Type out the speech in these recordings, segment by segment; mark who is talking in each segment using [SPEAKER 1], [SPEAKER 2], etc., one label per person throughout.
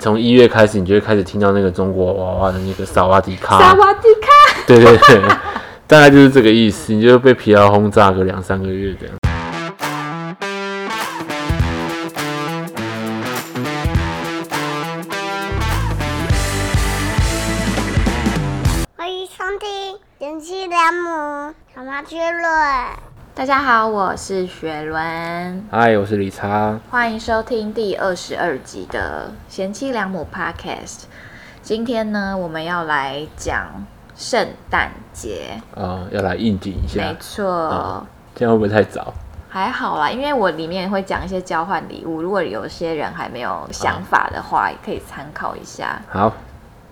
[SPEAKER 1] 从一月开始，你就会开始听到那个中国娃娃的那个萨瓦迪卡，
[SPEAKER 2] 萨瓦迪卡。
[SPEAKER 1] 对对对，大概就是这个意思，你就被疲劳轰炸个两三个月这样。
[SPEAKER 3] 欢迎收听《贤妻良母小麻雀论》。
[SPEAKER 2] 大家好，我是雪伦，
[SPEAKER 1] 嗨，我是李查，
[SPEAKER 2] 欢迎收听第二十二集的《贤妻良母》Podcast。今天呢，我们要来讲圣诞节，
[SPEAKER 1] 啊、要来应景一下
[SPEAKER 2] 没，错。
[SPEAKER 1] 啊这样会不会太早？
[SPEAKER 2] 还好啦，因为我里面会讲一些交换礼物，如果有些人还没有想法的话，也可以参考一下。
[SPEAKER 1] 好，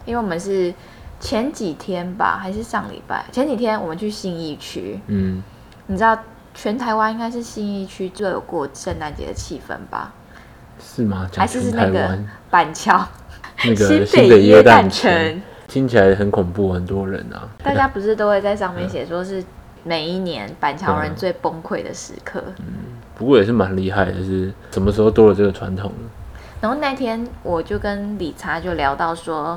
[SPEAKER 2] 因为我们是前几天吧，还是上礼拜？前几天我们去信义区，
[SPEAKER 1] 嗯，
[SPEAKER 2] 你知道全台湾应该是信义区最有过圣诞节的气氛吧？
[SPEAKER 1] 是吗？讲
[SPEAKER 2] 还是
[SPEAKER 1] 全
[SPEAKER 2] 是那
[SPEAKER 1] 台
[SPEAKER 2] 个
[SPEAKER 1] 湾
[SPEAKER 2] 板桥、
[SPEAKER 1] 那个
[SPEAKER 2] 新
[SPEAKER 1] 新
[SPEAKER 2] 北
[SPEAKER 1] 北
[SPEAKER 2] 耶
[SPEAKER 1] 耶
[SPEAKER 2] 诞
[SPEAKER 1] 诞
[SPEAKER 2] 城
[SPEAKER 1] 城，，听起来很恐怖，很多人啊。
[SPEAKER 2] 大家不是都会在上面写说是每一年板桥人最崩溃的时刻。
[SPEAKER 1] 嗯不过也是蛮厉害的，就是什么时候多了这个传统？
[SPEAKER 2] 然后那天我就跟理查就聊到说，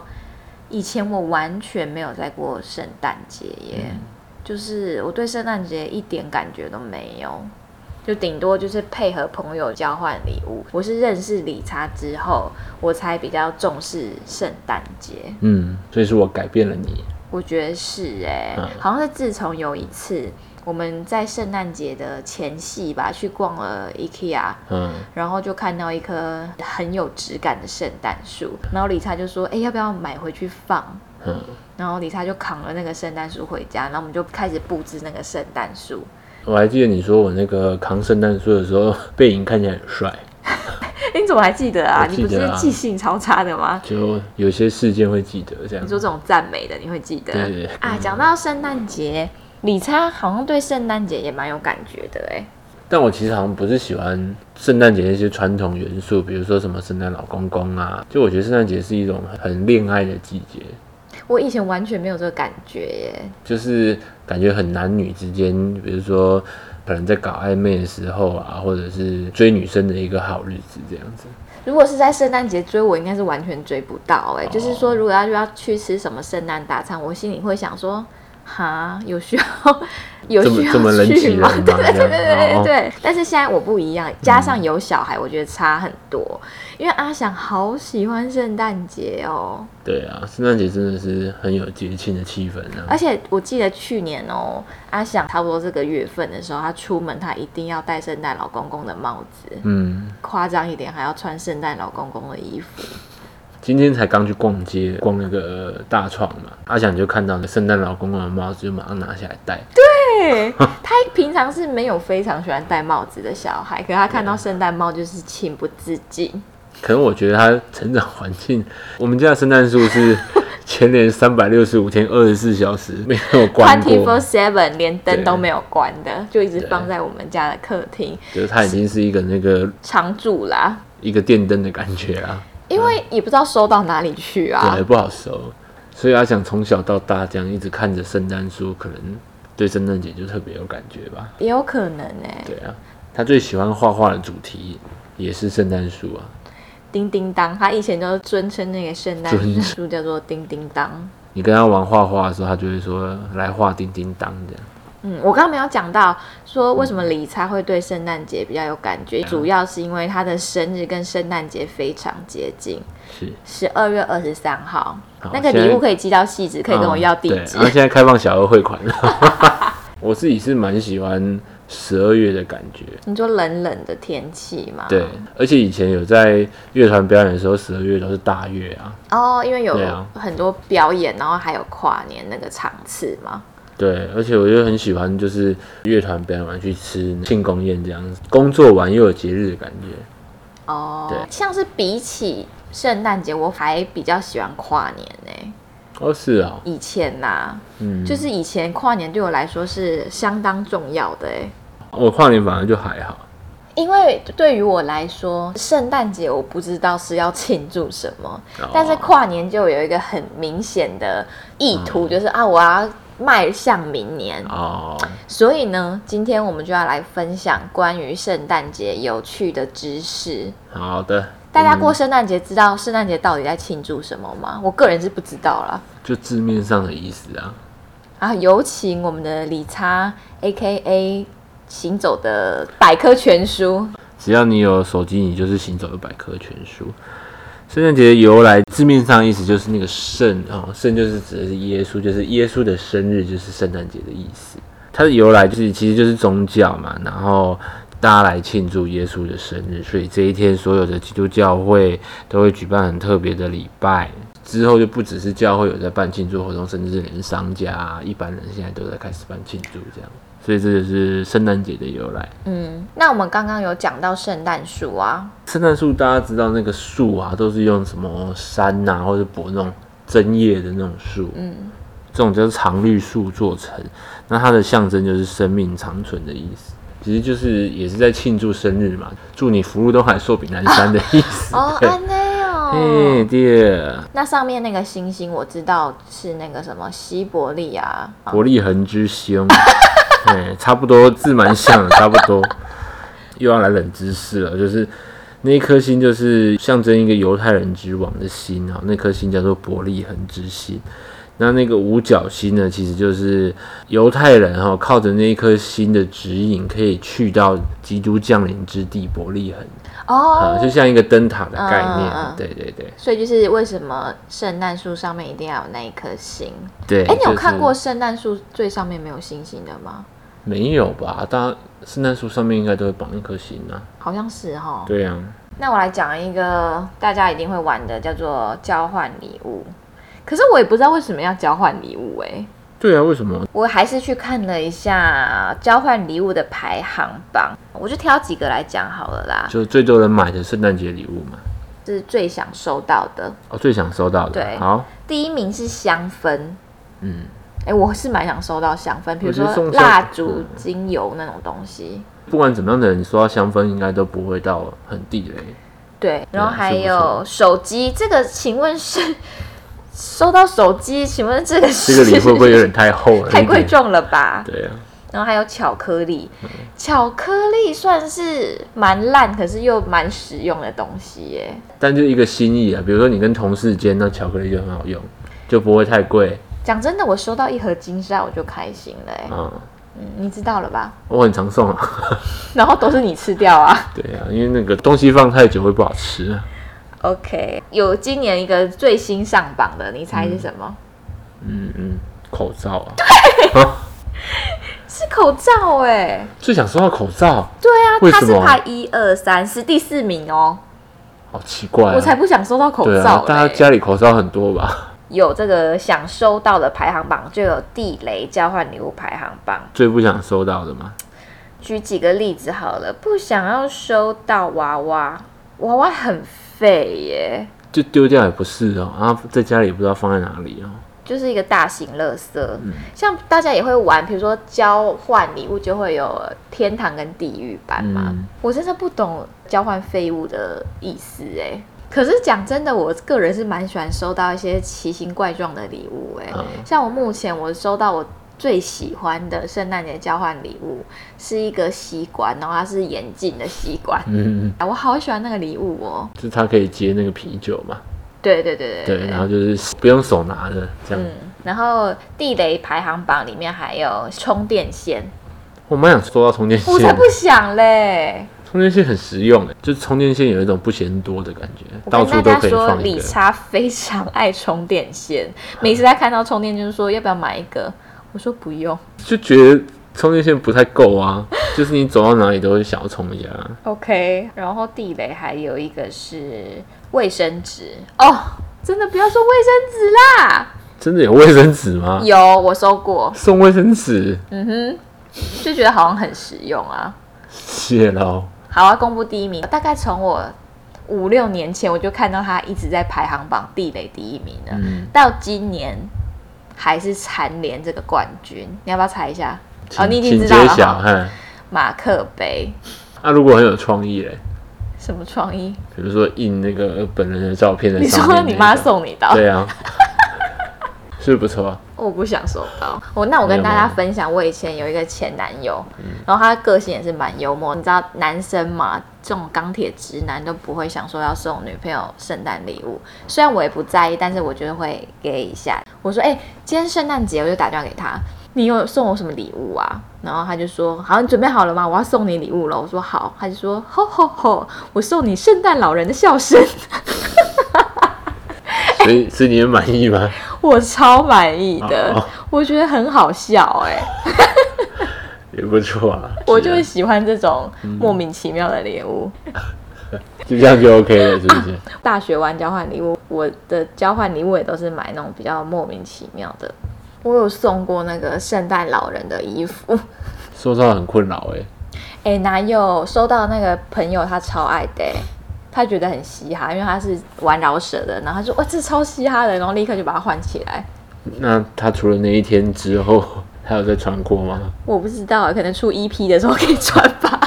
[SPEAKER 2] 以前我完全没有在过圣诞节耶，
[SPEAKER 1] 嗯
[SPEAKER 2] 就是我对圣诞节一点感觉都没有，就顶多就是配合朋友交换礼物。我是认识理查之后，我才比较重视圣诞节。
[SPEAKER 1] 嗯，所以是我改变了你。
[SPEAKER 2] 我觉得是哎、
[SPEAKER 1] 嗯
[SPEAKER 2] 好像是自从有一次我们在圣诞节的前夕吧，去逛了 IKEA，
[SPEAKER 1] 嗯，
[SPEAKER 2] 然后就看到一棵很有质感的圣诞树，然后理查就说：“哎，要不要买回去放
[SPEAKER 1] 嗯？”
[SPEAKER 2] 然后理查就扛了那个圣诞树回家，然后我们就开始布置那个圣诞树。
[SPEAKER 1] 我还记得你说我那个扛圣诞树的时候，背影看起来很帅，
[SPEAKER 2] 诶你怎么还记得啊？
[SPEAKER 1] 我
[SPEAKER 2] 你
[SPEAKER 1] 记
[SPEAKER 2] 不
[SPEAKER 1] 得
[SPEAKER 2] 是
[SPEAKER 1] 啊
[SPEAKER 2] 记性超差的吗？
[SPEAKER 1] 就有些事件会记得这样
[SPEAKER 2] 你。说这种赞美的你会记得
[SPEAKER 1] 对对对
[SPEAKER 2] 啊？讲到圣诞节，理查好像对圣诞节也蛮有感觉的哎、
[SPEAKER 1] 但我其实好像不是喜欢圣诞节那些传统元素，比如说什么圣诞老公公啊，就我觉得圣诞节是一种很恋爱的季节，
[SPEAKER 2] 我以前完全没有这个感觉耶。
[SPEAKER 1] 就是感觉很男女之间，比如说可能在搞暧昧的时候啊，或者是追女生的一个好日子这样子。
[SPEAKER 2] 如果是在圣诞节追，我应该是完全追不到哎、就是说，如果要要去吃什么圣诞大餐，我心里会想说，哈，有需要 有
[SPEAKER 1] 这么
[SPEAKER 2] 需要
[SPEAKER 1] 这么人
[SPEAKER 2] 去
[SPEAKER 1] 挤人
[SPEAKER 2] 吗
[SPEAKER 1] 吗？
[SPEAKER 2] 对对对对
[SPEAKER 1] 这样哦
[SPEAKER 2] 对对。但是现在我不一样，加上有小孩，我觉得差很多。因为阿翔好喜欢圣诞节哦，
[SPEAKER 1] 对啊，圣诞节真的是很有节庆的气氛啊。
[SPEAKER 2] 而且我记得去年哦，阿翔差不多这个月份的时候，他出门他一定要戴圣诞老公公的帽子，
[SPEAKER 1] 嗯，
[SPEAKER 2] 夸张一点还要穿圣诞老公公的衣服。
[SPEAKER 1] 今天才刚去逛街，逛那个大创嘛，阿翔就看到圣诞老公公的帽子，就马上拿下来戴。
[SPEAKER 2] 对， 他平常是没有非常喜欢戴帽子的小孩，可他看到圣诞帽就是情不自禁。
[SPEAKER 1] 可能我觉得他成长环境，我们家的圣诞树是全年三百六十五天二十四小时没有关
[SPEAKER 2] Twenty
[SPEAKER 1] 过
[SPEAKER 2] four，seven 连灯都没有关的，就一直
[SPEAKER 1] 对
[SPEAKER 2] 放在我们家的客厅
[SPEAKER 1] 就是它已经是一个那个
[SPEAKER 2] 常驻啦，
[SPEAKER 1] 一个电灯的感觉啊，
[SPEAKER 2] 因为也不知道收到哪里去啊
[SPEAKER 1] 对，。不好收。所以阿翔从小到大这样一直看着圣诞树，可能对圣诞节就特别有感觉吧。
[SPEAKER 2] 也有可能哎、
[SPEAKER 1] 对啊，他最喜欢画画的主题也是圣诞树啊。
[SPEAKER 2] 叮叮当，他以前就尊称那个圣诞
[SPEAKER 1] 尊
[SPEAKER 2] 树叫做叮叮当。
[SPEAKER 1] 你跟他玩画画的时候，他就会说来画叮叮当这样。
[SPEAKER 2] 嗯，我刚刚没有讲到说为什么理查会对圣诞节比较有感
[SPEAKER 1] 嗯
[SPEAKER 2] 觉，主要是因为他的生日跟圣诞节非常接近。
[SPEAKER 1] 是，
[SPEAKER 2] 十二月二十三号
[SPEAKER 1] 好，
[SPEAKER 2] 那个
[SPEAKER 1] 现
[SPEAKER 2] 礼
[SPEAKER 1] 在
[SPEAKER 2] 物可以寄到细致，可以跟我要地
[SPEAKER 1] 嗯对啊哦
[SPEAKER 2] 址。
[SPEAKER 1] 然后现在开放小额汇 款了。我自己是蛮喜欢十二月的感觉，
[SPEAKER 2] 你说冷冷的天气嘛？
[SPEAKER 1] 嗯对，而且以前有在乐团表演的时候，十二月都是大月啊，
[SPEAKER 2] 哦，因为有
[SPEAKER 1] 对啊
[SPEAKER 2] 很多表演，然后还有跨年那个场次嘛。
[SPEAKER 1] 对，而且我就很喜欢，就是乐团表演完去吃庆功宴这样子，工作完又有节日的感觉。
[SPEAKER 2] 哦
[SPEAKER 1] 对，
[SPEAKER 2] 像是比起圣诞节，我还比较喜欢跨年呢、
[SPEAKER 1] 哦，是啊、
[SPEAKER 2] 以前呐、
[SPEAKER 1] 嗯，
[SPEAKER 2] 就是以前跨年对我来说是相当重要的哎、
[SPEAKER 1] 我跨年反而就还好，
[SPEAKER 2] 因为对于我来说，圣诞节我不知道是要庆祝什么，
[SPEAKER 1] 哦
[SPEAKER 2] 但是跨年就有一个很明显的意图，就是啊，我要迈向明年。
[SPEAKER 1] 哦，
[SPEAKER 2] 所以呢，今天我们就要来分享关于圣诞节有趣的知识。
[SPEAKER 1] 好的，
[SPEAKER 2] 大家过圣诞节知道圣诞节到底在庆祝什么吗？我个人是不知道啦。
[SPEAKER 1] 就字面上的意思啊。
[SPEAKER 2] 啊，有请我们的理查 A K A 行走的百科全书。
[SPEAKER 1] 只要你有手机，你就是行走的百科全书。圣诞节的由来，字面上意思就是那个圣啊，圣、就是指的是耶稣，就是耶稣的生日就是圣诞节的意思。它的由来就是其实就是宗教嘛，然后大家来庆祝耶稣的生日，所以这一天所有的基督教会都会举办很特别的礼拜。之后就不只是教会有在办庆祝活动，甚至是连商家、啊、一般人现在都在开始办庆祝这样。所以这就是圣诞节的由来。
[SPEAKER 2] 嗯，那我们刚刚有讲到圣诞树啊，
[SPEAKER 1] 圣诞树大家知道那个树啊，都是用什么杉呐、或者柏那种针叶的那种树，嗯，这种叫常绿树做成。那它的象征就是生命长存的意思，其实就是也是在庆祝生日嘛，祝你福禄东海，寿比南山的意思。
[SPEAKER 2] 哦，
[SPEAKER 1] 对，
[SPEAKER 2] 安内哦。
[SPEAKER 1] 哎、爹，
[SPEAKER 2] 那上面那个星星，我知道是那个什么西伯利亚，
[SPEAKER 1] 伯利恒之 兄，哎，差不多字蛮像的，差不多。又要来冷知识了，就是那一颗星就是象征一个犹太人之王的心啊，那颗星叫做伯利恒之星。那那个五角星呢，其实就是犹太人哈、靠着那一颗星的指引，可以去到基督降临之地伯利恒啊、
[SPEAKER 2] 哦。
[SPEAKER 1] 就像一个灯塔的概念。
[SPEAKER 2] 嗯嗯嗯
[SPEAKER 1] 对对对
[SPEAKER 2] 所以就是为什么圣诞树上面一定要有那一颗星？
[SPEAKER 1] 对。
[SPEAKER 2] 哎、你
[SPEAKER 1] 就
[SPEAKER 2] 有
[SPEAKER 1] 是
[SPEAKER 2] 看过圣诞树最上面没有星星的吗？
[SPEAKER 1] 没有吧？大家圣诞树上面应该都会绑一颗星啊。
[SPEAKER 2] 好像是哈。
[SPEAKER 1] 对啊。
[SPEAKER 2] 那我来讲一个大家一定会玩的，叫做交换礼物。可是我也不知道为什么要交换礼物哎、
[SPEAKER 1] 对啊，为什么？
[SPEAKER 2] 我还是去看了一下交换礼物的排行榜，我就挑几个来讲好了啦，
[SPEAKER 1] 就最多人买的圣诞节礼物嘛，
[SPEAKER 2] 是最想收到的。
[SPEAKER 1] 哦，最想收到的。
[SPEAKER 2] 对
[SPEAKER 1] 好，
[SPEAKER 2] 第一名是香氛，
[SPEAKER 1] 嗯，
[SPEAKER 2] 哎、我是蛮想收到香氛，比如
[SPEAKER 1] 我觉得
[SPEAKER 2] 说
[SPEAKER 1] 送香嗯
[SPEAKER 2] 蜡烛、精油那种东西。
[SPEAKER 1] 不管怎么样的人收到香氛，应该都不会到很地雷。
[SPEAKER 2] 对，然后还
[SPEAKER 1] 啊是不
[SPEAKER 2] 有手机，这个请问是收到手机？请问这个
[SPEAKER 1] 这
[SPEAKER 2] 是
[SPEAKER 1] 个礼会不会有点太厚了？
[SPEAKER 2] 太贵。重了吧？
[SPEAKER 1] 对嗯啊，
[SPEAKER 2] 然后还有巧克力，巧克力算是蛮烂，可是又蛮实用的东西耶。
[SPEAKER 1] 但就一个心意啊，比如说你跟同事间，那巧克力就很好用，就不会太贵。
[SPEAKER 2] 讲真的，我收到一盒金沙我就开心了耶，
[SPEAKER 1] 嗯，
[SPEAKER 2] 嗯你知道 了吧？
[SPEAKER 1] 我很常送啊。
[SPEAKER 2] 然后都是你吃掉啊。
[SPEAKER 1] 对啊，因为那个东西放太久会不好吃啊。
[SPEAKER 2] OK，有今年一个最新上榜的，你猜是什么？
[SPEAKER 1] 嗯嗯，口罩 啊，
[SPEAKER 2] 是口罩哎。
[SPEAKER 1] 最想收到口罩，
[SPEAKER 2] 对啊，
[SPEAKER 1] 为
[SPEAKER 2] 它
[SPEAKER 1] 什
[SPEAKER 2] 是
[SPEAKER 1] 么
[SPEAKER 2] 排一二三是第四名哦，
[SPEAKER 1] 好奇怪、啊。
[SPEAKER 2] 我才不想收到口
[SPEAKER 1] 对啊
[SPEAKER 2] 罩，嘞、
[SPEAKER 1] 大家家里口罩很多吧？
[SPEAKER 2] 有这个想收到的排行榜，就有地雷交换礼物排行榜。
[SPEAKER 1] 最不想收到的嘛，
[SPEAKER 2] 举几个例子好了，不想要收到娃娃，娃娃很废耶，
[SPEAKER 1] 就丢掉也不是哦，啊，在家里也不知道放在哪里哦。
[SPEAKER 2] 就是一个大型垃圾。
[SPEAKER 1] 嗯
[SPEAKER 2] 像大家也会玩，比如说交换礼物就会有天堂跟地狱版嘛。
[SPEAKER 1] 嗯
[SPEAKER 2] 我真的不懂交换废物的意思哎。可是讲真的，我个人是蛮喜欢收到一些奇形怪状的礼物哎。
[SPEAKER 1] 嗯
[SPEAKER 2] 像我目前我收到我最喜欢的圣诞节交换礼物是一个吸管，然后它是眼镜的吸管。
[SPEAKER 1] 嗯，
[SPEAKER 2] 啊我好喜欢那个礼物哦！
[SPEAKER 1] 就是它可以接那个啤酒嘛，
[SPEAKER 2] 对对对对
[SPEAKER 1] 对，然后就是不用手拿的这样。
[SPEAKER 2] 嗯，然后地雷排行榜里面还有充电线，
[SPEAKER 1] 我蛮想收到充电线
[SPEAKER 2] 我才
[SPEAKER 1] 的
[SPEAKER 2] 不，想嘞！
[SPEAKER 1] 充电线很实用诶，就是充电线有一种不嫌多的感觉，
[SPEAKER 2] 我
[SPEAKER 1] 到
[SPEAKER 2] 跟
[SPEAKER 1] 处
[SPEAKER 2] 大
[SPEAKER 1] 都
[SPEAKER 2] 家
[SPEAKER 1] 可以
[SPEAKER 2] 说，
[SPEAKER 1] 放一
[SPEAKER 2] 理
[SPEAKER 1] 个。
[SPEAKER 2] 查非常爱充电线，每次他看到充电就是说要不要买一个，我说不用。
[SPEAKER 1] 就觉得充电线不太够啊， 就是你走到哪里都会想要充一下。啊
[SPEAKER 2] OK，然后地雷还有一个是卫生纸哦，真的不要说卫生纸啦，
[SPEAKER 1] 真的有卫生纸吗？
[SPEAKER 2] 有我收过，
[SPEAKER 1] 送卫生纸，
[SPEAKER 2] 嗯哼，就觉得好像很实用啊。
[SPEAKER 1] 谢喽。
[SPEAKER 2] 好啊，公布第一名，大概从我五六年前我就看到他一直在排行榜地雷第一名了，
[SPEAKER 1] 嗯，
[SPEAKER 2] 到今年还是蝉联这个冠军，你要不要猜一下？哦，
[SPEAKER 1] 请
[SPEAKER 2] 你已经
[SPEAKER 1] 请
[SPEAKER 2] 知道
[SPEAKER 1] 揭
[SPEAKER 2] 了
[SPEAKER 1] 晓
[SPEAKER 2] 哈。
[SPEAKER 1] 哈。
[SPEAKER 2] 马克杯，
[SPEAKER 1] 那如果很有创意嘞，
[SPEAKER 2] 什么创意？
[SPEAKER 1] 比如说印那个本人的照片在
[SPEAKER 2] 你
[SPEAKER 1] 上面那种。
[SPEAKER 2] 啊 说你妈送你的哦？
[SPEAKER 1] 对啊，啊是不是不错啊？
[SPEAKER 2] 我不想收到。我那我跟大家分享，我以前有一个前男友，然后他个性也是蛮幽默。你知道男生嘛，这种钢铁直男都不会想说要送女朋友圣诞礼物。虽然我也不在意，但是我觉得会给一下。我说，哎、今天圣诞节，我就打电话给他，你有送我什么礼物啊？然后他就说，好，你准备好了吗？我要送你礼物了。我说好。他就说，吼吼吼，我送你圣诞老人的笑声。
[SPEAKER 1] 所以所以你们满意吗？
[SPEAKER 2] 我超满意的，
[SPEAKER 1] 哦
[SPEAKER 2] 我觉得很好笑哎、
[SPEAKER 1] 也不错啊。
[SPEAKER 2] 我
[SPEAKER 1] 是
[SPEAKER 2] 就
[SPEAKER 1] 啊
[SPEAKER 2] 是喜欢这种莫名其妙的礼物。
[SPEAKER 1] 就这样就 OK 了，是不是？
[SPEAKER 2] 大学玩交换礼物，我的交换礼物也都是买那种比较莫名其妙的。我有送过那个圣诞老人的衣服，
[SPEAKER 1] 收到很困扰哎、
[SPEAKER 2] 哎、哪有收到那个朋友他超爱的欸、他觉得很嘻哈，因为他是玩饶舌的，然后他说哇这超嘻哈的，然后立刻就把它换起来。
[SPEAKER 1] 那他除了那一天之后，还有在穿过吗？
[SPEAKER 2] 我不知道，可能出 EP 的时候可以穿吧。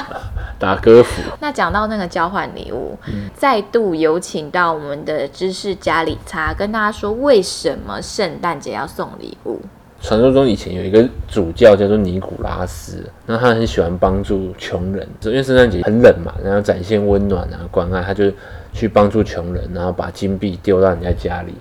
[SPEAKER 1] 打歌服
[SPEAKER 2] 那讲到那个交换礼物，再度有请到我们的知识家理查，跟大家说为什么圣诞节要送礼物。
[SPEAKER 1] 传说中以前有一个主教叫做尼古拉斯，那他很喜欢帮助穷人，因为圣诞节很冷嘛，然后展现温暖啊关爱，他就去帮助穷人，然后把金币丢到人家家里。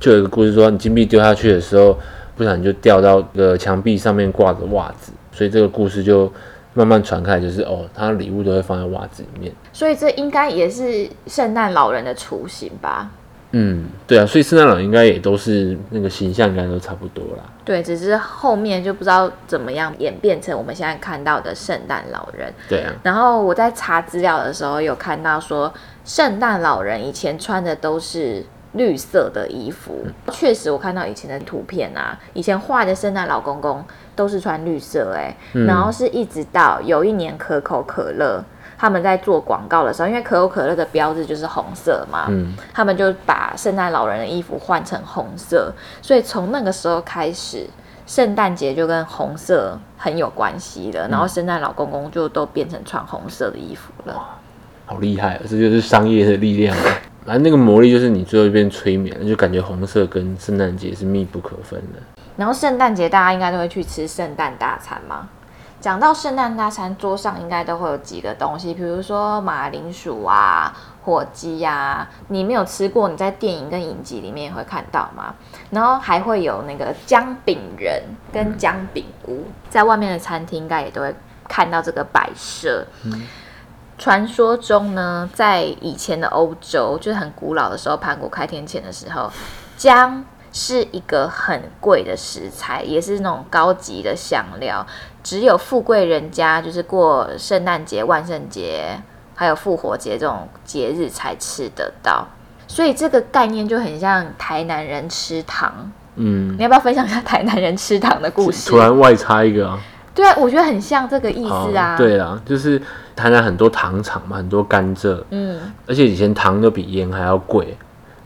[SPEAKER 1] 就有一个故事说，你金币丢下去的时候，不小心就掉到一个墙壁上面挂着袜子，所以这个故事就慢慢传开来，就是哦，他的礼物都会放在袜子里面。
[SPEAKER 2] 所以这应该也是圣诞老人的雏形吧？
[SPEAKER 1] 嗯，对啊，所以圣诞老人应该也都是那个形象，应该都差不多啦。
[SPEAKER 2] 对，只是后面就不知道怎么样演变成我们现在看到的圣诞老人。
[SPEAKER 1] 对啊，
[SPEAKER 2] 然后我在查资料的时候有看到说，圣诞老人以前穿的都是绿色的衣服。确实，我看到以前的图片啊，以前画的圣诞老公公都是穿绿色、欸，哎、然后是一直到有一年可口可乐。他们在做广告的时候，因为可口可乐的标志就是红色嘛，
[SPEAKER 1] 嗯
[SPEAKER 2] 他们就把圣诞老人的衣服换成红色，所以从那个时候开始，圣诞节就跟红色很有关系了。然后圣诞老公公就都变成穿红色的衣服了。
[SPEAKER 1] 好厉害、哦，这就是商业的力量、啊。反正那个魔力就是你最后一遍催眠，就感觉红色跟圣诞节是密不可分的。
[SPEAKER 2] 然后圣诞节大家应该都会去吃圣诞大餐嘛。讲到圣诞大餐，桌上应该都会有几个东西，比如说马铃薯啊、火鸡呀、啊。你没有吃过，你在电影跟影集里面也会看到嘛。然后还会有那个姜饼人跟姜饼屋，在外面的餐厅应该也都会看到这个摆设。传说中呢，在以前的欧洲，就是很古老的时候，盘古开天前的时候，姜是一个很贵的食材，也是那种高级的香料，只有富贵人家，就是过圣诞节、万圣节，还有复活节这种节日才吃得到。所以这个概念就很像台南人吃糖。
[SPEAKER 1] 嗯，
[SPEAKER 2] 你要不要分享一下台南人吃糖的故事
[SPEAKER 1] 突？然外插一个啊，
[SPEAKER 2] 对啊，我觉得很像这个意
[SPEAKER 1] 好
[SPEAKER 2] 思啊。，
[SPEAKER 1] 对啦，就是台南很多糖厂嘛，很多甘蔗，
[SPEAKER 2] 嗯，
[SPEAKER 1] 而且以前糖都比盐还要贵，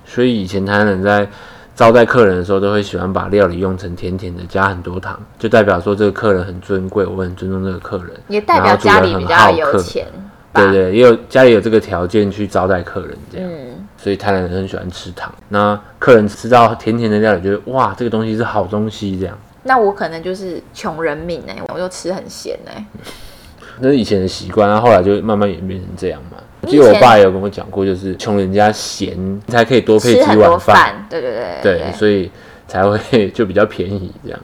[SPEAKER 1] 所以以前台南人在招待客人的时候，都会喜欢把料理用成甜甜的，加很多糖，就代表说这个客人很尊贵，我很尊重这个客人，
[SPEAKER 2] 也代表
[SPEAKER 1] 然后主
[SPEAKER 2] 家
[SPEAKER 1] 人
[SPEAKER 2] 里比
[SPEAKER 1] 很
[SPEAKER 2] 较
[SPEAKER 1] 好
[SPEAKER 2] 有
[SPEAKER 1] 客
[SPEAKER 2] 钱吧。
[SPEAKER 1] 对对，也有家里有这个条件去招待客人这样，
[SPEAKER 2] 嗯，
[SPEAKER 1] 所以台南人很喜欢吃糖。那客人吃到甜甜的料理，觉得哇，这个东西是好东西这样。
[SPEAKER 2] 那我可能就是穷人命哎、我就吃很咸哎、
[SPEAKER 1] 那是以前的习惯，然后后来就慢慢演变成这样嘛。我
[SPEAKER 2] 你
[SPEAKER 1] 记得
[SPEAKER 2] 以
[SPEAKER 1] 我
[SPEAKER 2] 前
[SPEAKER 1] 爸也有跟我讲过，就是穷人家咸才可以多配
[SPEAKER 2] 吃
[SPEAKER 1] 几
[SPEAKER 2] 很多
[SPEAKER 1] 碗饭，
[SPEAKER 2] 饭，对对对对
[SPEAKER 1] 对，所以才会就比较便宜这样。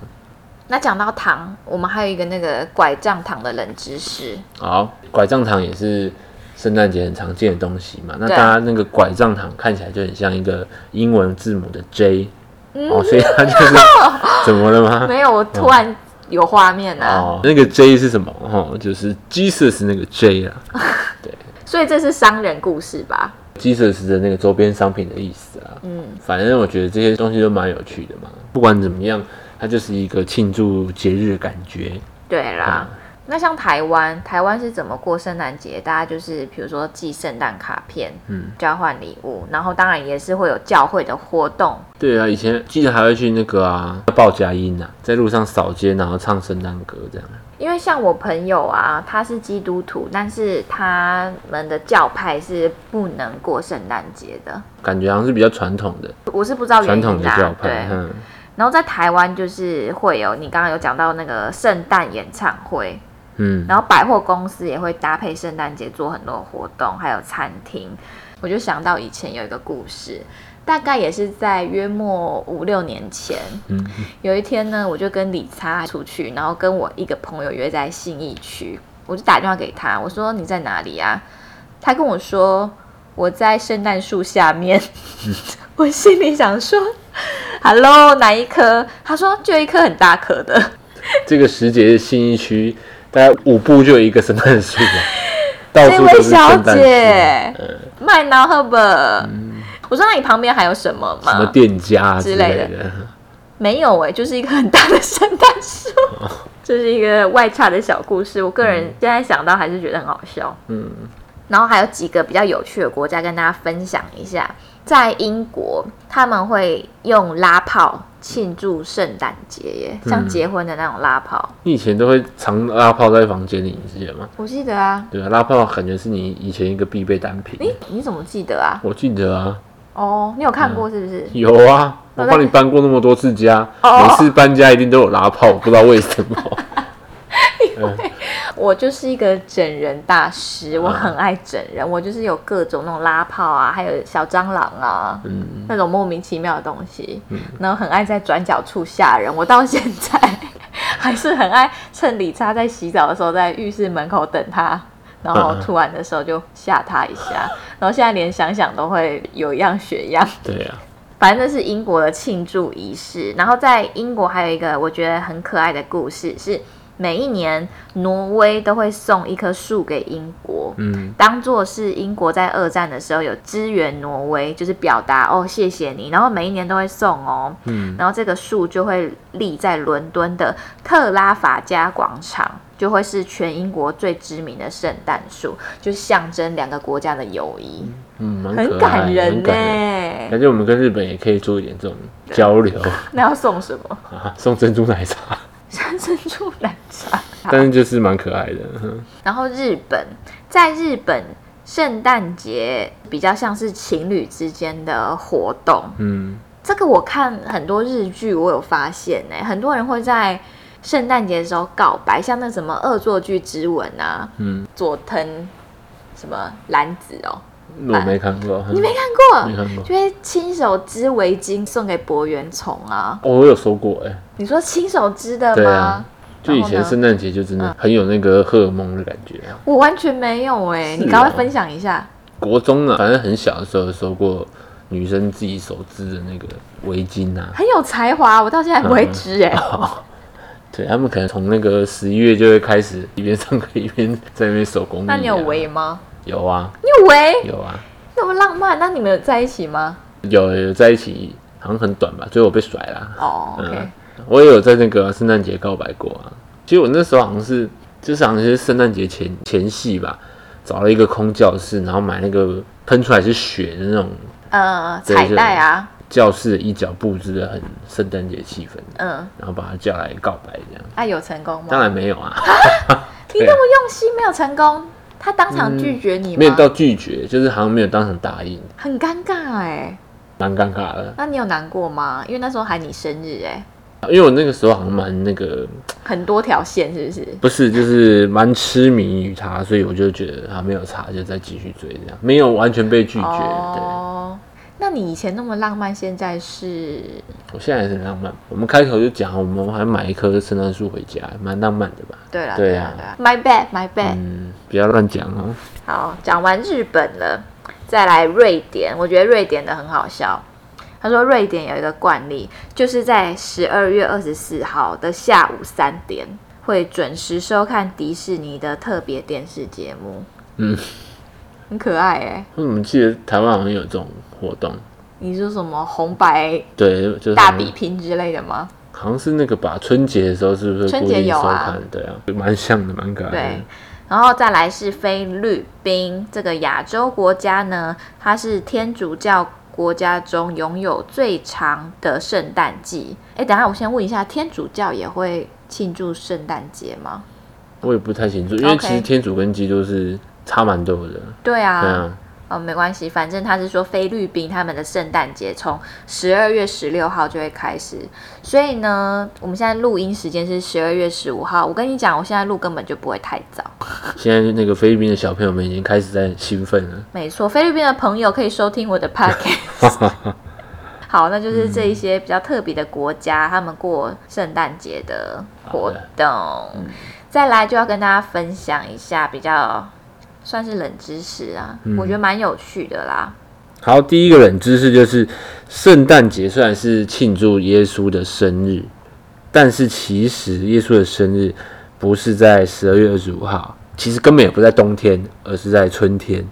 [SPEAKER 2] 那讲到糖，我们还有一个那个拐杖糖的冷知识，
[SPEAKER 1] 好，拐杖糖也是圣诞节很常见的东西嘛。那
[SPEAKER 2] 对
[SPEAKER 1] 大家那个拐杖糖看起来就很像一个英文字母的 J，、哦，
[SPEAKER 2] 嗯
[SPEAKER 1] 所以它就是 怎么了吗？
[SPEAKER 2] 没有，我突然有画面啊了、
[SPEAKER 1] 啊哦，那个 J 是什么？哦，就是 Jesus 那个 J 啊啦
[SPEAKER 2] 所以这是商人故事吧？
[SPEAKER 1] ，Jesus 的那个周边商品的意思啦。嗯，反正我觉得这些东西都蛮有趣的嘛。不管怎么样，它就是一个庆祝节日的感觉。
[SPEAKER 2] 对啦。
[SPEAKER 1] 嗯
[SPEAKER 2] 那像台湾，台湾是怎么过圣诞节？大家就是比如说寄圣诞卡片，嗯，交换礼物，然后当然也是会有教会的活动，
[SPEAKER 1] 对啊，以前记得还会去那个啊报佳音啊，在路上扫街，然后唱圣诞歌这样。
[SPEAKER 2] 因为像我朋友啊，他是基督徒，但是他们的教派是不能过圣诞节的。
[SPEAKER 1] 感觉好像是比较传统的
[SPEAKER 2] 我是不知道
[SPEAKER 1] 传
[SPEAKER 2] 原
[SPEAKER 1] 统
[SPEAKER 2] 因
[SPEAKER 1] 的
[SPEAKER 2] 啦、
[SPEAKER 1] 教
[SPEAKER 2] 啊对
[SPEAKER 1] 派，，嗯，
[SPEAKER 2] 然后在台湾就是会有你刚刚有讲到那个圣诞演唱会，
[SPEAKER 1] 嗯，
[SPEAKER 2] 然后百货公司也会搭配圣诞节做很多活动，还有餐厅。我就想到以前有一个故事，大概也是在约莫五六年前，
[SPEAKER 1] 嗯
[SPEAKER 2] 有一天呢，我就跟理查出去，然后跟我一个朋友约在信义区，我就打电话给他，我说你在哪里啊？他跟我说我在圣诞树 下面， 我心里想说，Hello 哪一棵？他说就一棵很大棵的。
[SPEAKER 1] 这个时节信义区大概五步就有一个圣诞树 了，到
[SPEAKER 2] 这
[SPEAKER 1] 处都
[SPEAKER 2] 位
[SPEAKER 1] 是
[SPEAKER 2] 小
[SPEAKER 1] 圣诞树，
[SPEAKER 2] 姐
[SPEAKER 1] 呃，
[SPEAKER 2] 麦脑赫本，我说那你旁边还有什么
[SPEAKER 1] 什么
[SPEAKER 2] 吗？
[SPEAKER 1] 店家
[SPEAKER 2] 之
[SPEAKER 1] 啊之
[SPEAKER 2] 类的
[SPEAKER 1] 类的，
[SPEAKER 2] 没有哎、就是一个很大的圣诞树，
[SPEAKER 1] 哦
[SPEAKER 2] 这是一个外差的小故事。我个人现在想到还是觉得很好笑。
[SPEAKER 1] 嗯
[SPEAKER 2] 然后还有几个比较有趣的国家跟大家分享一下，在英国他们会用拉炮庆祝圣诞节耶，像
[SPEAKER 1] 嗯
[SPEAKER 2] 结婚的那种拉炮。
[SPEAKER 1] 你以前都会藏拉炮在房间里，你记得吗？
[SPEAKER 2] 我记得啊，
[SPEAKER 1] 对啊，拉炮感觉是你以前一个必备单品。
[SPEAKER 2] 诶，你怎么记得啊？
[SPEAKER 1] 我记得啊，
[SPEAKER 2] 哦，你有看
[SPEAKER 1] 嗯
[SPEAKER 2] 过是不是？
[SPEAKER 1] 有啊，
[SPEAKER 2] 我
[SPEAKER 1] 我
[SPEAKER 2] 在
[SPEAKER 1] 帮你搬过那么多次家，
[SPEAKER 2] 哦
[SPEAKER 1] 每次搬家一定都有拉炮，不知道为什么。
[SPEAKER 2] 我就是一个整人大师，我
[SPEAKER 1] 啊
[SPEAKER 2] 很爱整人，我就是有各种那种拉炮啊，还有小蟑螂啊，
[SPEAKER 1] 嗯，
[SPEAKER 2] 那种莫名其妙的东西，然后很爱在转角处吓人。我到现在还是很爱趁理查在洗澡的时候，在浴室门口等他。然后
[SPEAKER 1] 嗯嗯
[SPEAKER 2] 突然的时候就吓他一下，然后现在连想想都会有样学样。
[SPEAKER 1] 对啊，
[SPEAKER 2] 反正这是英国的庆祝仪式。然后在英国还有一个我觉得很可爱的故事，是每一年挪威都会送一棵树给英国。
[SPEAKER 1] 嗯
[SPEAKER 2] 当做是英国在二战的时候有支援挪威，就是表达哦谢谢你，然后每一年都会送哦，
[SPEAKER 1] 嗯，
[SPEAKER 2] 然后这个树就会立在伦敦的特拉法加广场，就会是全英国最知名的圣诞树，就象征两个国家的友谊，
[SPEAKER 1] 嗯，蛮
[SPEAKER 2] 很
[SPEAKER 1] 可爱
[SPEAKER 2] 感人
[SPEAKER 1] 很
[SPEAKER 2] 呢、
[SPEAKER 1] 感人。感觉我们跟日本也可以做一点这种交 流
[SPEAKER 2] 那要送什么？
[SPEAKER 1] 啊，送珍珠奶茶，
[SPEAKER 2] 像珍珠奶茶。
[SPEAKER 1] 但是就是蛮可爱的。嗯
[SPEAKER 2] 然后日本，在日本圣诞节比较像是情侣之间的活动，
[SPEAKER 1] 嗯，
[SPEAKER 2] 这个我看很多日剧，我有发现呢、很多人会在圣诞节的时候告白，像那什么恶作剧之吻啊，
[SPEAKER 1] 嗯，
[SPEAKER 2] 佐藤什么兰子哦，
[SPEAKER 1] 我没看过，
[SPEAKER 2] 你没
[SPEAKER 1] 嗯
[SPEAKER 2] 看
[SPEAKER 1] 没
[SPEAKER 2] 过，
[SPEAKER 1] 看过
[SPEAKER 2] 就会亲手织围巾送给博元崇啊，
[SPEAKER 1] 哦我有收过哎，
[SPEAKER 2] 你说亲手织的
[SPEAKER 1] 对
[SPEAKER 2] 吗？
[SPEAKER 1] 啊就以
[SPEAKER 2] 然
[SPEAKER 1] 前
[SPEAKER 2] 后呢嗯
[SPEAKER 1] 圣诞节就真的很有那个荷尔蒙的感觉啊。
[SPEAKER 2] 我完全没有哎、
[SPEAKER 1] 是
[SPEAKER 2] 你赶快
[SPEAKER 1] 哦
[SPEAKER 2] 分享一下。
[SPEAKER 1] 国中啊，反正很小的时候有收过女生自己手织的那个围巾啊，
[SPEAKER 2] 很有才华，我到现在为止哎、
[SPEAKER 1] 嗯对他们可能从那个十一月就会开始一边上课一边在那边手工艺、啊。
[SPEAKER 2] 那 你有围？吗？
[SPEAKER 1] 有啊，
[SPEAKER 2] 你有围？
[SPEAKER 1] 有啊，
[SPEAKER 2] 那么浪漫，那你们有在一起吗？
[SPEAKER 1] 有有在一起，好像很短吧，最后我被甩啦。
[SPEAKER 2] 哦、o
[SPEAKER 1] 嗯
[SPEAKER 2] k
[SPEAKER 1] 我也有在那个圣诞节告白过啊。其实我那时候好像是，就是好像是圣诞节前前夕吧，找了一个空教室，然后买那个喷出来是雪的那种
[SPEAKER 2] 呃，
[SPEAKER 1] 对
[SPEAKER 2] 彩带啊，
[SPEAKER 1] 教室的衣角布置的很圣诞节气氛，
[SPEAKER 2] 嗯，
[SPEAKER 1] 然后把他叫来告白这样。
[SPEAKER 2] 啊，有成功吗？
[SPEAKER 1] 当然没有啊，
[SPEAKER 2] 你那么用心，没有成功，他当场拒绝你吗？
[SPEAKER 1] 没有到拒绝，就是好像没有当场答应，
[SPEAKER 2] 很尴尬哎、
[SPEAKER 1] 蛮尴尬的。
[SPEAKER 2] 那你有难过吗？因为那时候还你生日哎、
[SPEAKER 1] 因为我那个时候好像蛮那个，
[SPEAKER 2] 很多条线是不是？
[SPEAKER 1] 不是就是蛮痴迷于他，所以我就觉得啊没有差，就再继续追这样，没有完全被拒绝。
[SPEAKER 2] 哦，那你以前那么浪漫，现在是
[SPEAKER 1] 对，我现在也是很浪漫。我们开头就讲，我们还买一棵圣诞树回家，蛮浪漫的吧？
[SPEAKER 2] 对了，
[SPEAKER 1] 对
[SPEAKER 2] 了
[SPEAKER 1] 啊，
[SPEAKER 2] 对了，My bad，My bad，、
[SPEAKER 1] 嗯，不要乱讲哦。
[SPEAKER 2] 好，讲完日本了，再来瑞典。我觉得瑞典的很好笑。他说，瑞典有一个惯例，就是在十二月二十四号的下午三点，会准时收看迪士尼的特别电视节目。
[SPEAKER 1] 嗯，
[SPEAKER 2] 很可爱哎、
[SPEAKER 1] 我怎么记得台湾好像有这种活动？
[SPEAKER 2] 你说什么红白
[SPEAKER 1] 对，就是
[SPEAKER 2] 大
[SPEAKER 1] 好像
[SPEAKER 2] 比拼之类的吗？
[SPEAKER 1] 好像是那个吧，春节的时候是不是
[SPEAKER 2] 春
[SPEAKER 1] 固
[SPEAKER 2] 节
[SPEAKER 1] 定
[SPEAKER 2] 有
[SPEAKER 1] 收
[SPEAKER 2] 啊
[SPEAKER 1] 看？对啊，蛮像的，蛮可爱
[SPEAKER 2] 对
[SPEAKER 1] 的。，
[SPEAKER 2] 然后再来是菲律宾这个亚洲国家呢，它是天主教国家中拥有最长的圣诞季。哎，等一下我先问一下，天主教也会庆祝圣诞节吗？
[SPEAKER 1] 我也不太清楚，因为
[SPEAKER 2] OK
[SPEAKER 1] 其实天主跟基督是差蛮多的。
[SPEAKER 2] 对啊，
[SPEAKER 1] 对啊，
[SPEAKER 2] 哦，没关系，反正他是说菲律宾他们的圣诞节从十二月十六号就会开始，所以呢，我们现在录音时间是十二月十五号。我跟你讲，我现在录根本就不会太早。
[SPEAKER 1] 现在那个菲律宾的小朋友们已经开始在兴奋了。
[SPEAKER 2] 没错，菲律宾的朋友可以收听我的 podcast。好，那就是这一些比较特别的国家，他们过圣诞节的活动。再来就要跟大家分享一下比较算是冷知识啊，我觉得蛮有趣的啦。
[SPEAKER 1] 好，第一个冷知识就是，圣诞节虽然是庆祝耶稣的生日，但是其实耶稣的生日不是在十二月二十五号，其实根本也不在冬天，而是在春天，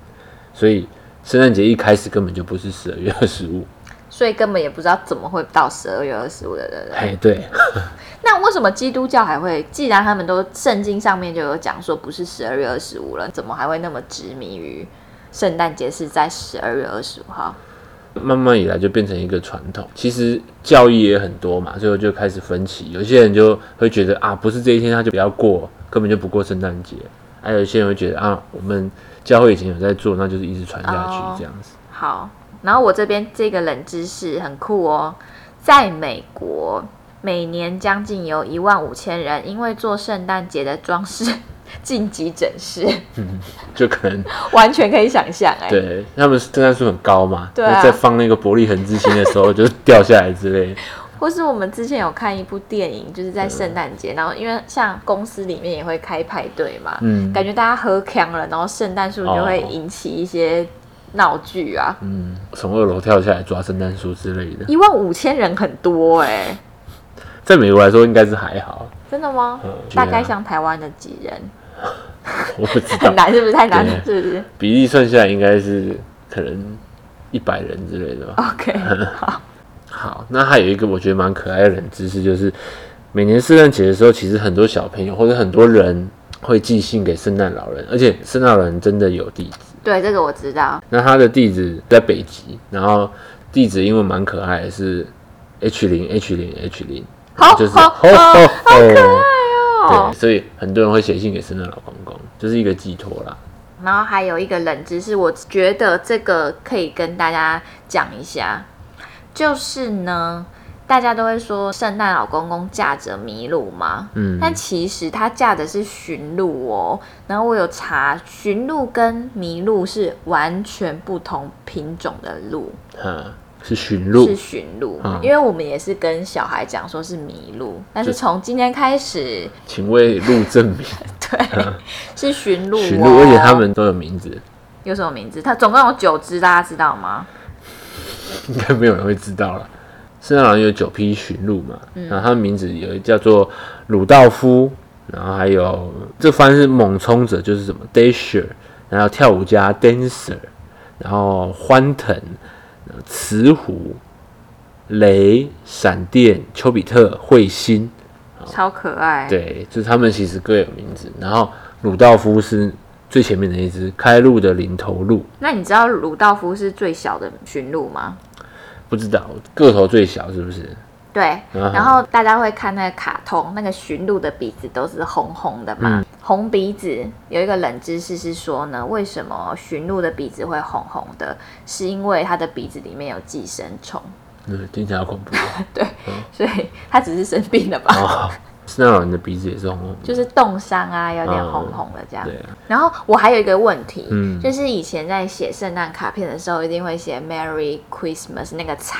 [SPEAKER 1] 所以圣诞节一开始根本就不是十二月二十 五。
[SPEAKER 2] 所以根本也不知道怎么会到十二月二十五的人。
[SPEAKER 1] 哎，对，
[SPEAKER 2] 那为什么基督教还会？既然他们都圣经上面就有讲说不是十二月二十五了，怎么还会那么执迷于圣诞节是在十二月二十五号？
[SPEAKER 1] 慢慢以来就变成一个传统。其实教义也很多嘛，所以我就开始分歧。有些人就会觉得啊，不是这一天他就不要过，根本就不过圣诞节。还、有一些人会觉得啊，我们教会以前有在做，那就是一直传下
[SPEAKER 2] 哦
[SPEAKER 1] 去这样子。
[SPEAKER 2] 好，然后我这边这个冷知识很酷哦，在美国每年将近有一万五千人因为做圣诞节的装饰 晋级整饰，
[SPEAKER 1] 就可能
[SPEAKER 2] 完全可以想象哎、
[SPEAKER 1] 对他们圣诞树很高嘛，
[SPEAKER 2] 对啊
[SPEAKER 1] 那在放那个伯利恒之星的时候就掉下来之类的。
[SPEAKER 2] 或是我们之前有看一部电影，就是在圣诞节，然后因为像公司里面也会开派对嘛，
[SPEAKER 1] 嗯
[SPEAKER 2] 感觉大家喝强了，然后圣诞树就会
[SPEAKER 1] 哦
[SPEAKER 2] 引起一些闹剧啊。
[SPEAKER 1] 嗯，从二楼跳下来抓圣诞树之类的，
[SPEAKER 2] 一万五千人很多哎、
[SPEAKER 1] 在美国来说应该是还好，
[SPEAKER 2] 真的吗？
[SPEAKER 1] 嗯
[SPEAKER 2] 大概像台湾的几人，
[SPEAKER 1] 我不知道
[SPEAKER 2] 很难是不是？太难了
[SPEAKER 1] 对
[SPEAKER 2] 是不是
[SPEAKER 1] 比例算下来应该是可能一百人之类的吧。
[SPEAKER 2] ？OK，好，
[SPEAKER 1] 好，那还有一个我觉得蛮可爱的冷知识，就是每年圣诞节的时候，其实很多小朋友或者很多人会寄信给圣诞老人，而且圣诞老人真的有地址。
[SPEAKER 2] 对这个我知道。
[SPEAKER 1] 那他的地址在北极，然后地址英文蛮可爱的，是 H 零 H 零 H 零，
[SPEAKER 2] 好
[SPEAKER 1] 就是
[SPEAKER 2] 好
[SPEAKER 1] 吼吼吼，
[SPEAKER 2] 哦
[SPEAKER 1] 对，，所以很多人会写信给圣诞老公公，就是一个寄托啦。
[SPEAKER 2] 然后还有一个冷知识，我觉得这个可以跟大家讲一下，就是呢，大家都会说圣诞老公公驾着麋鹿嘛，
[SPEAKER 1] 嗯
[SPEAKER 2] 但其实他驾的是驯鹿哦。然后我有查，驯鹿跟麋鹿是完全不同品种的鹿，
[SPEAKER 1] 哈，是驯鹿
[SPEAKER 2] 是，驯鹿。
[SPEAKER 1] 嗯
[SPEAKER 2] 因为我们也是跟小孩讲说是麋鹿，但是
[SPEAKER 1] 就
[SPEAKER 2] 从今天开始，
[SPEAKER 1] 请为鹿证 明
[SPEAKER 2] 对，是驯鹿、哦。
[SPEAKER 1] 驯鹿，而且他们都有名字，
[SPEAKER 2] 有什么名字？它总共有九只，大家知道吗？
[SPEAKER 1] 应该没有人会知道了。圣诞老人有九匹驯鹿嘛，然后他们名字有一叫做鲁道夫，然后还有这番是猛冲者，就是什么 dasher，然后跳舞家 dancer，然后欢腾、然后雌狐、雷、闪电、丘比特、彗星，
[SPEAKER 2] 超可
[SPEAKER 1] 哦
[SPEAKER 2] 爱。
[SPEAKER 1] 对，就是他们其实各有名字。然后鲁道夫是最前面的一只开路的领头鹿，
[SPEAKER 2] 那你知道鲁道夫是最小的驯鹿吗？
[SPEAKER 1] 不知道个头最小是不是？
[SPEAKER 2] 对，
[SPEAKER 1] 嗯
[SPEAKER 2] 然后大家会看那个卡通，那个驯鹿的鼻子都是红红的
[SPEAKER 1] 嗯
[SPEAKER 2] 嘛，红鼻子有一个冷知识是说呢，为什么驯鹿的鼻子会红红的？是因为它的鼻子里面有寄生虫，
[SPEAKER 1] 嗯，听起来好恐怖哦。
[SPEAKER 2] 所以它只是生病了吧？
[SPEAKER 1] 哦，圣诞老人的鼻子也是红红的，
[SPEAKER 2] 就是冻伤啊，有
[SPEAKER 1] 嗯
[SPEAKER 2] 点红红的这样。
[SPEAKER 1] 对啊，
[SPEAKER 2] 然后我还有一个问题，
[SPEAKER 1] 嗯
[SPEAKER 2] 就是以前在写圣诞卡片的时候，一定会写 Merry Christmas 那个 X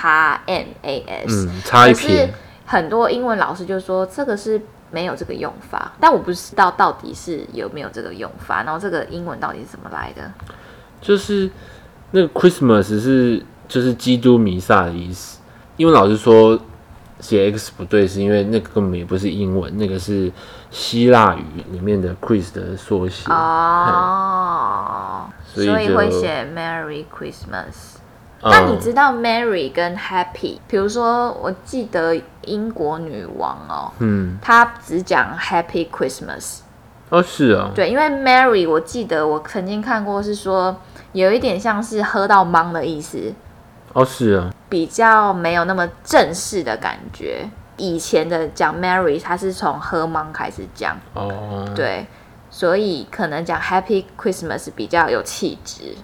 [SPEAKER 2] M A S，、
[SPEAKER 1] 嗯，差一
[SPEAKER 2] 可是
[SPEAKER 1] 撇，
[SPEAKER 2] 很多英文老师就说这个是没有这个用法，但我不知道到底是有没有这个用法，然后这个英文到底是怎么来的？
[SPEAKER 1] 就是那个 Christmas 是就是基督弥撒的意思。英文老师说写 X 不对，是因为那个根本也不是英文，那个是希腊语里面的 Chris 的缩写。
[SPEAKER 2] 哦，
[SPEAKER 1] 所以
[SPEAKER 2] 所以
[SPEAKER 1] 就
[SPEAKER 2] 会写 Merry Christmas。
[SPEAKER 1] 嗯
[SPEAKER 2] 那你知道 Merry 跟 Happy？比如说，我记得英国女王哦，
[SPEAKER 1] 嗯，
[SPEAKER 2] 她只讲 Happy Christmas。
[SPEAKER 1] 哦是哦，
[SPEAKER 2] 对，因为 Merry 我记得我曾经看过是说有一点像是喝到懵的意思，
[SPEAKER 1] 哦是哦，
[SPEAKER 2] 比较没有那么正式的感觉。以前的讲 Merry，它是从喝懵开始讲，
[SPEAKER 1] 哦，
[SPEAKER 2] 对，所以可能讲 Happy Christmas 比较有气质。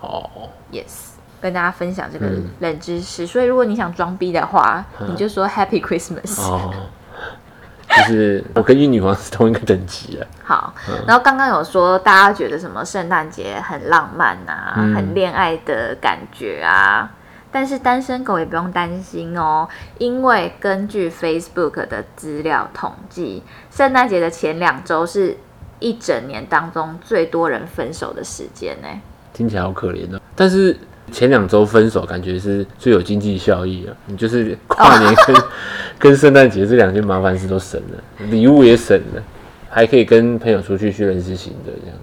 [SPEAKER 1] 哦，
[SPEAKER 2] Yes，跟大家分享这个冷知识。所以如果你想装逼的话，你就说 Happy Christmas。
[SPEAKER 1] 哦，就是我跟玉女王是同一个等级啊的，
[SPEAKER 2] 好，然后刚刚有说大家觉得什么圣诞节很浪漫啊，
[SPEAKER 1] 嗯
[SPEAKER 2] 很恋爱的感觉啊。但是单身狗也不用担心哦，因为根据 Facebook 的资料统计，圣诞节的前两周是一整年当中最多人分手的时间呢。
[SPEAKER 1] 听起来好可怜的。但是前两周分手，感觉是最有经济效益了。你就是跨年跟、 跟圣诞节这两件麻烦事都省了，礼物也省了，还可以跟朋友出去去认识新的这样。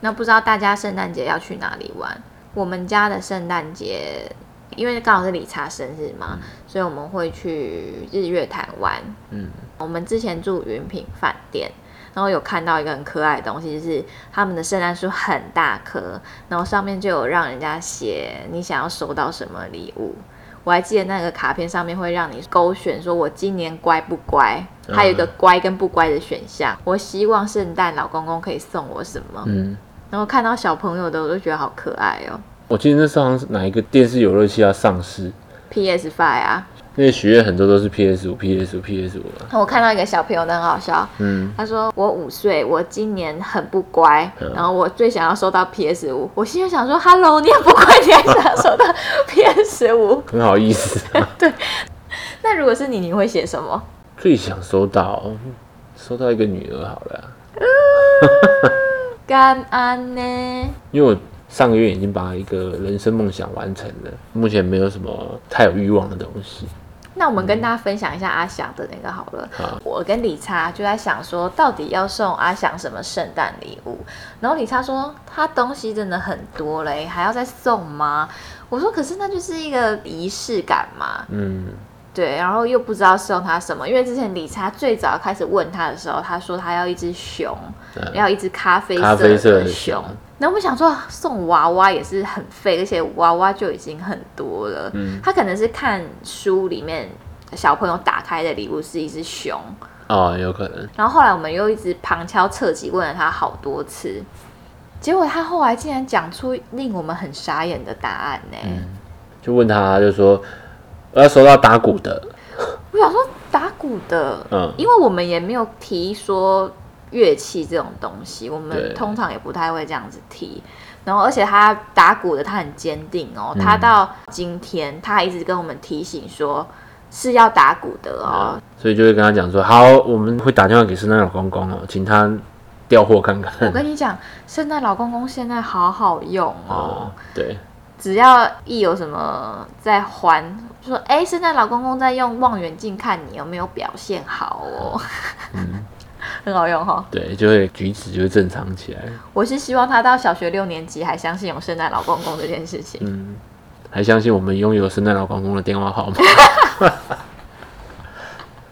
[SPEAKER 2] 那不知道大家圣诞节要去哪里玩？我们家的圣诞节，因为刚好是理查生日嘛，所以我们会去日月潭玩。
[SPEAKER 1] 嗯，
[SPEAKER 2] 我们之前住云品饭店，然后有看到一个很可爱的东西，就是他们的圣诞树很大棵，然后上面就有让人家写你想要收到什么礼物。我还记得那个卡片上面会让你勾选，说我今年乖不乖，
[SPEAKER 1] 嗯
[SPEAKER 2] 还有一个乖跟不乖的选项。我希望圣诞老公公可以送我什么？
[SPEAKER 1] 嗯，
[SPEAKER 2] 然后看到小朋友的，我都觉得好可爱哦。
[SPEAKER 1] 我记得那时候好像是哪一个电视游乐器要上市，
[SPEAKER 2] PS Five 啊，
[SPEAKER 1] 那些许愿很多都是 PS 五、PS 五、PS 五啊。
[SPEAKER 2] 我看到一个小朋友的很好笑，
[SPEAKER 1] 嗯，
[SPEAKER 2] 他说我五岁，我今年很不乖，
[SPEAKER 1] 嗯
[SPEAKER 2] 然后我最想要收到 PS 五。我心里想说，Hello，你也不乖，你还想要收到 PS 五？
[SPEAKER 1] 很好意思、啊。
[SPEAKER 2] 那如果是你，你会写什么？
[SPEAKER 1] 最想收到收到一个女儿好了啊、
[SPEAKER 2] 感恩呢？
[SPEAKER 1] 因为我上个月已经把一个人生梦想完成了，目前没有什么太有欲望的东西。
[SPEAKER 2] 那我们跟大家分享一下阿翔的那个好了。
[SPEAKER 1] 嗯好
[SPEAKER 2] 我跟李查就在想说，到底要送阿翔什么圣诞礼物？然后李查说，他东西真的很多嘞，还要再送吗？我说，可是那就是一个仪式感嘛，
[SPEAKER 1] 嗯，
[SPEAKER 2] 对。然后又不知道送他什么，因为之前李查最早开始问他的时候，他说他要一只熊，
[SPEAKER 1] 嗯
[SPEAKER 2] 要一只咖啡
[SPEAKER 1] 咖啡色
[SPEAKER 2] 色
[SPEAKER 1] 的
[SPEAKER 2] 的
[SPEAKER 1] 熊
[SPEAKER 2] 熊。然后我想说，送娃娃也是很费，而且娃娃就已经很多了。
[SPEAKER 1] 嗯
[SPEAKER 2] 他可能是看书里面小朋友打开的礼物是一只熊，
[SPEAKER 1] 哦，有可能。
[SPEAKER 2] 然后后来我们又一直旁敲侧击问了他好多次，结果他后来竟然讲出令我们很傻眼的答案呢、
[SPEAKER 1] 就问他，就说我要收到打鼓的，
[SPEAKER 2] 我想说打鼓的，
[SPEAKER 1] 嗯
[SPEAKER 2] 因为我们也没有提说乐器这种东西，我
[SPEAKER 1] 对
[SPEAKER 2] 们通常也不太会这样子提。然后，而且他打鼓的，他很坚定哦。
[SPEAKER 1] 嗯
[SPEAKER 2] 他到今天，他还一直跟我们提醒说是要打鼓的哦。
[SPEAKER 1] 所以就会跟他讲说，好，我们会打电话给圣诞老公公哦，请他调货看
[SPEAKER 2] 我
[SPEAKER 1] 看。
[SPEAKER 2] 跟你讲，圣诞老公公现在好好用哦
[SPEAKER 1] 哦，对，
[SPEAKER 2] 只要一有什么在还，就说哎，诶圣诞老公公在用望远镜看你有没有表现好哦，
[SPEAKER 1] 嗯
[SPEAKER 2] 很好用哈、哦。
[SPEAKER 1] 对，就会举止就会正常起来。
[SPEAKER 2] 我是希望他到小学六年级还相信有圣诞老公公这件事情。
[SPEAKER 1] 嗯，还相信我们拥有圣诞老公公的电话号码。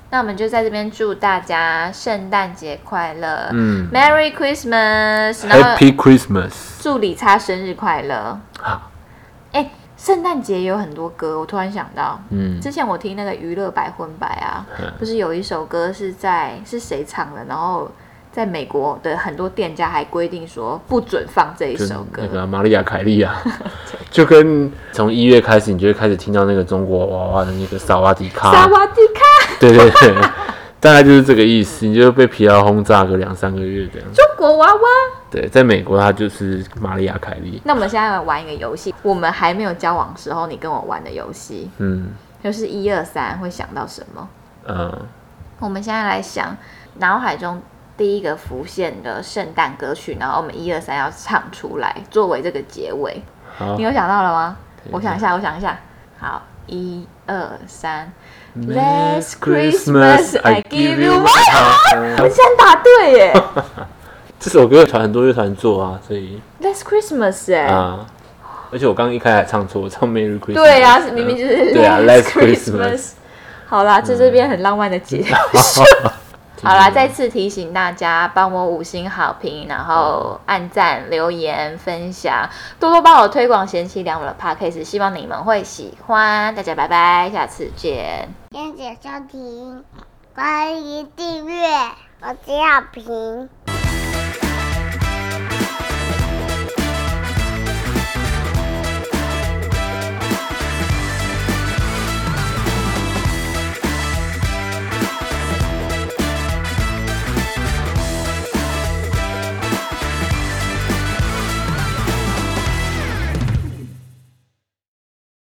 [SPEAKER 2] 那我们就在这边祝大家圣诞节快乐、
[SPEAKER 1] 嗯
[SPEAKER 2] m e r r y Christmas，然后
[SPEAKER 1] ，Happy Christmas！
[SPEAKER 2] 祝理查生日快乐。
[SPEAKER 1] 好，
[SPEAKER 2] 哎，圣诞节也有很多歌，我突然想到，
[SPEAKER 1] 嗯，
[SPEAKER 2] 之前我听那个娱乐百分百啊
[SPEAKER 1] 嗯，
[SPEAKER 2] 不是有一首歌是在是谁唱的？然后在美国的很多店家还规定说不准放这一
[SPEAKER 1] 就
[SPEAKER 2] 首歌
[SPEAKER 1] 那。个玛丽亚凯莉 啊，就跟从一月开始，你就会开始听到那个中国娃娃的那个萨瓦迪
[SPEAKER 2] 萨
[SPEAKER 1] 卡，
[SPEAKER 2] 瓦迪卡，
[SPEAKER 1] 对对对， 大概就是这个意思，你就会被疲劳轰炸个两三个月这样。
[SPEAKER 2] 中国娃娃。
[SPEAKER 1] 对，在美国它就是玛丽亚凯莉，
[SPEAKER 2] 那我们现在来玩一个游戏，我们还没有交往时候你跟我玩的游戏，
[SPEAKER 1] 嗯
[SPEAKER 2] 就是一二三会想到什么？
[SPEAKER 1] 嗯，
[SPEAKER 2] 我们现在来想脑海中第一个浮现的圣诞歌曲，然后我们一二三要唱出来作为这个结尾。
[SPEAKER 1] 好
[SPEAKER 2] 你，有想到了吗？
[SPEAKER 1] 哦对
[SPEAKER 2] 我想一下，我想一下。好，一二三，
[SPEAKER 1] Last
[SPEAKER 2] Last Christmas, I give you my
[SPEAKER 1] heart。
[SPEAKER 2] 我竟然答对耶
[SPEAKER 1] 这首歌团很多乐团做啊，所以
[SPEAKER 2] ！Last Christmas 哎、
[SPEAKER 1] 啊，而且我刚刚一开始还唱错，我唱 Merry Christmas。
[SPEAKER 2] 对呀、明明就是
[SPEAKER 1] 对啊，Last
[SPEAKER 2] Last
[SPEAKER 1] Christmas 嗯
[SPEAKER 2] Christmas。好啦，这这边很浪漫的节日。 好啦，再次提醒大家，帮我五星好评，然后按赞、留言、分享，多多帮我推广贤妻良母的 podcast，希望你们会喜欢。大家拜拜，下次见。
[SPEAKER 3] 谢谢收听，欢迎订阅，我是小平。